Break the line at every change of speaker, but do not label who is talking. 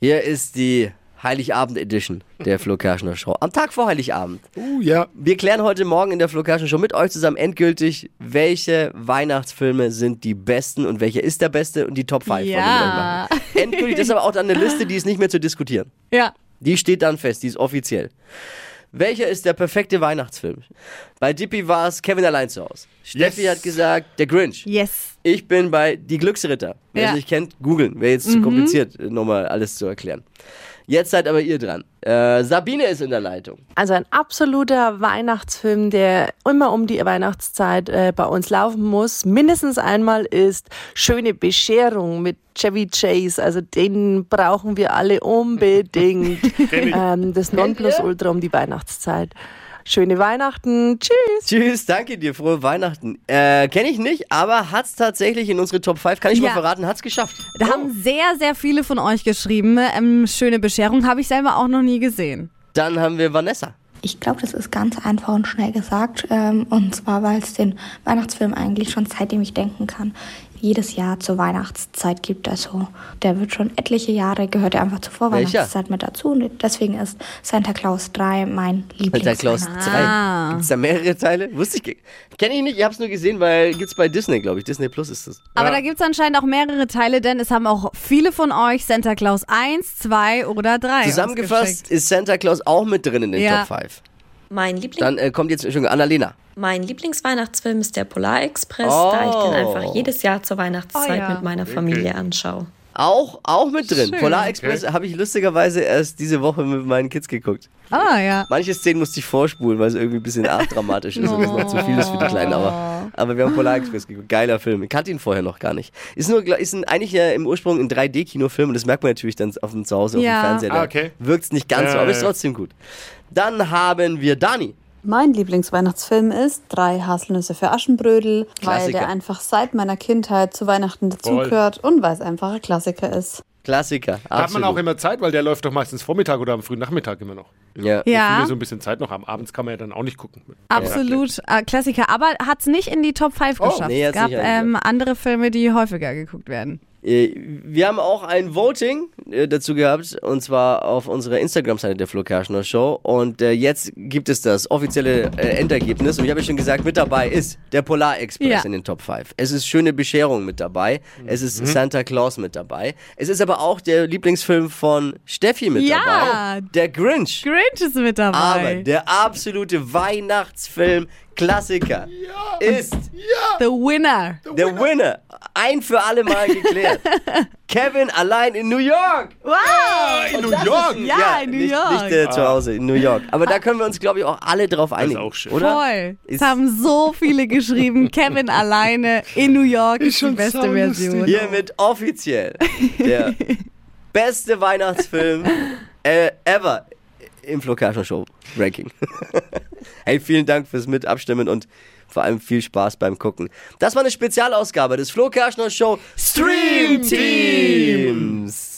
Hier ist die Heiligabend Edition der Flo Kerschner Show. Am Tag vor Heiligabend.
Uh, ja.
Wir klären heute Morgen in der Flo Kerschner Show mit euch zusammen endgültig, welche Weihnachtsfilme sind die besten und welcher ist der beste und die Top 5
Ja.
von den beiden. Endgültig, das ist aber auch dann eine Liste, die ist nicht mehr zu diskutieren.
Ja.
Die steht dann fest, die ist offiziell. Welcher ist der perfekte Weihnachtsfilm? Bei Dippy war es Kevin allein zu Hause. Steffi
Yes.
hat gesagt, der Grinch.
Yes.
Ich bin bei Die Glücksritter. Wer
Ja. Mhm.
es nicht kennt, googeln. Wäre jetzt zu kompliziert, äh, nochmal alles zu erklären. Jetzt seid aber ihr dran. Äh, Sabine ist in der Leitung.
Also ein absoluter Weihnachtsfilm, der immer um die Weihnachtszeit äh, bei uns laufen muss. Mindestens einmal ist Schöne Bescherung mit Chevy Chase. Also den brauchen wir alle unbedingt. ähm, das Nonplusultra um die Weihnachtszeit. Schöne Weihnachten. Tschüss.
Tschüss, danke dir, frohe Weihnachten. Äh, Kenne ich nicht, aber hat's tatsächlich in unsere Top 5, kann ich
Ja.
mal verraten, hat's geschafft.
Da
Oh.
haben sehr, sehr viele von euch geschrieben. Ähm, schöne Bescherung habe ich selber auch noch nie gesehen.
Oh, Dann haben wir Vanessa.
Ich glaube, das ist ganz einfach und schnell gesagt. Ähm, und zwar, weil es den Weihnachtsfilm eigentlich schon seitdem ich denken kann, jedes Jahr zur Weihnachtszeit gibt. Also der wird schon etliche Jahre, gehört er einfach zur Vorweihnachtszeit mit dazu. Und deswegen ist Santa Claus 3 mein Lieblings.
Alter Klaus 3.
Ah.
Gibt's da mehrere Teile? Wusste ich. ge- Kenn ich nicht, ich hab's nur gesehen, weil gibt's bei Disney, glaube ich. Disney Plus ist das.
Aber da gibt es anscheinend auch mehrere Teile, denn es haben auch viele von euch Santa Claus 1, 2 oder 3.
Zusammengefasst ist Santa Claus auch mit drin in den
Ja.
Top 5.
Mein, Liebling
Dann äh, kommt jetzt, Entschuldigung, Annalena.
mein Lieblingsweihnachtsfilm ist der Polarexpress,
Oh.
da ich den einfach jedes Jahr zur Weihnachtszeit
Oh ja.
mit meiner Familie anschaue.
Auch, auch mit drin.
Schön.
Polar Express habe ich lustigerweise erst diese Woche mit meinen Kids geguckt.
Ah, ja.
Manche Szenen musste ich vorspulen, weil es irgendwie ein bisschen arg dramatisch ist und es noch zu viel ist für die Kleinen.
Oh.
Aber, aber wir haben Polar Express geguckt. Geiler Film. Ich kannte ihn vorher noch gar nicht. Ist, nur, gl- ist ein, eigentlich ja im Ursprung ein 3D-Kinofilm und das merkt man natürlich dann auf dem Zuhause, auf
Ja.
dem Fernseher.
Ah, okay.
Wirkt es nicht ganz so,
Ja,
aber
ja,
ist
ja.
trotzdem gut. Dann haben wir Dani.
Mein Lieblingsweihnachtsfilm ist Drei Haselnüsse für Aschenbrödel, weil
Klassiker.
der einfach seit meiner Kindheit zu Weihnachten dazugehört und weil es einfach ein Klassiker ist.
Klassiker.
Da hat man
absolut.
auch immer Zeit, weil der läuft doch meistens Vormittag oder am frühen Nachmittag immer noch.
ja.
Wenn
Ja,
wir so ein bisschen Zeit noch haben. Abends kann man ja dann auch nicht gucken.
absolut äh, Klassiker. Aber hat es nicht in die Top 5
Oh,
geschafft.
nee,
es
hat's
gab
nicht eingeschafft.
ähm, andere Filme, die häufiger geguckt werden.
Äh, Wir haben auch ein Voting äh, dazu gehabt und zwar auf unserer Instagram-Seite der Flo Kerschner Show und äh, jetzt gibt es das offizielle äh, Endergebnis und ich habe ja schon gesagt, mit dabei ist der Polar Express
Ja.
in den Top 5. Es ist schöne Bescherung mit dabei, es ist Santa Claus mit dabei, es ist aber auch der Lieblingsfilm von Steffi mit
Ja.
dabei, der Grinch.
Grinch ist mit dabei.
Aber der absolute Weihnachtsfilm-Klassiker ist
The Winner.
der winner. Ein für alle Mal geklärt. Kevin allein in New York.
Wow!
In New York!
Ja, in New
nicht,
York.
Nicht äh, zu Hause, in New York. Aber da können wir uns, glaube ich, auch alle drauf einigen.
Ah. auch schön.
Oder?
Voll. Es
Ist-
haben so viele geschrieben, Kevin alleine in New York ist, die
schon
beste
saulustig.
Version.
Hiermit offiziell der beste Weihnachtsfilm äh, ever im Flo Kerschner Show Ranking. hey, vielen Dank fürs Mitabstimmen und vor allem viel Spaß beim Gucken. Das war eine Spezialausgabe des Flo Kerschner Show Stream Teams.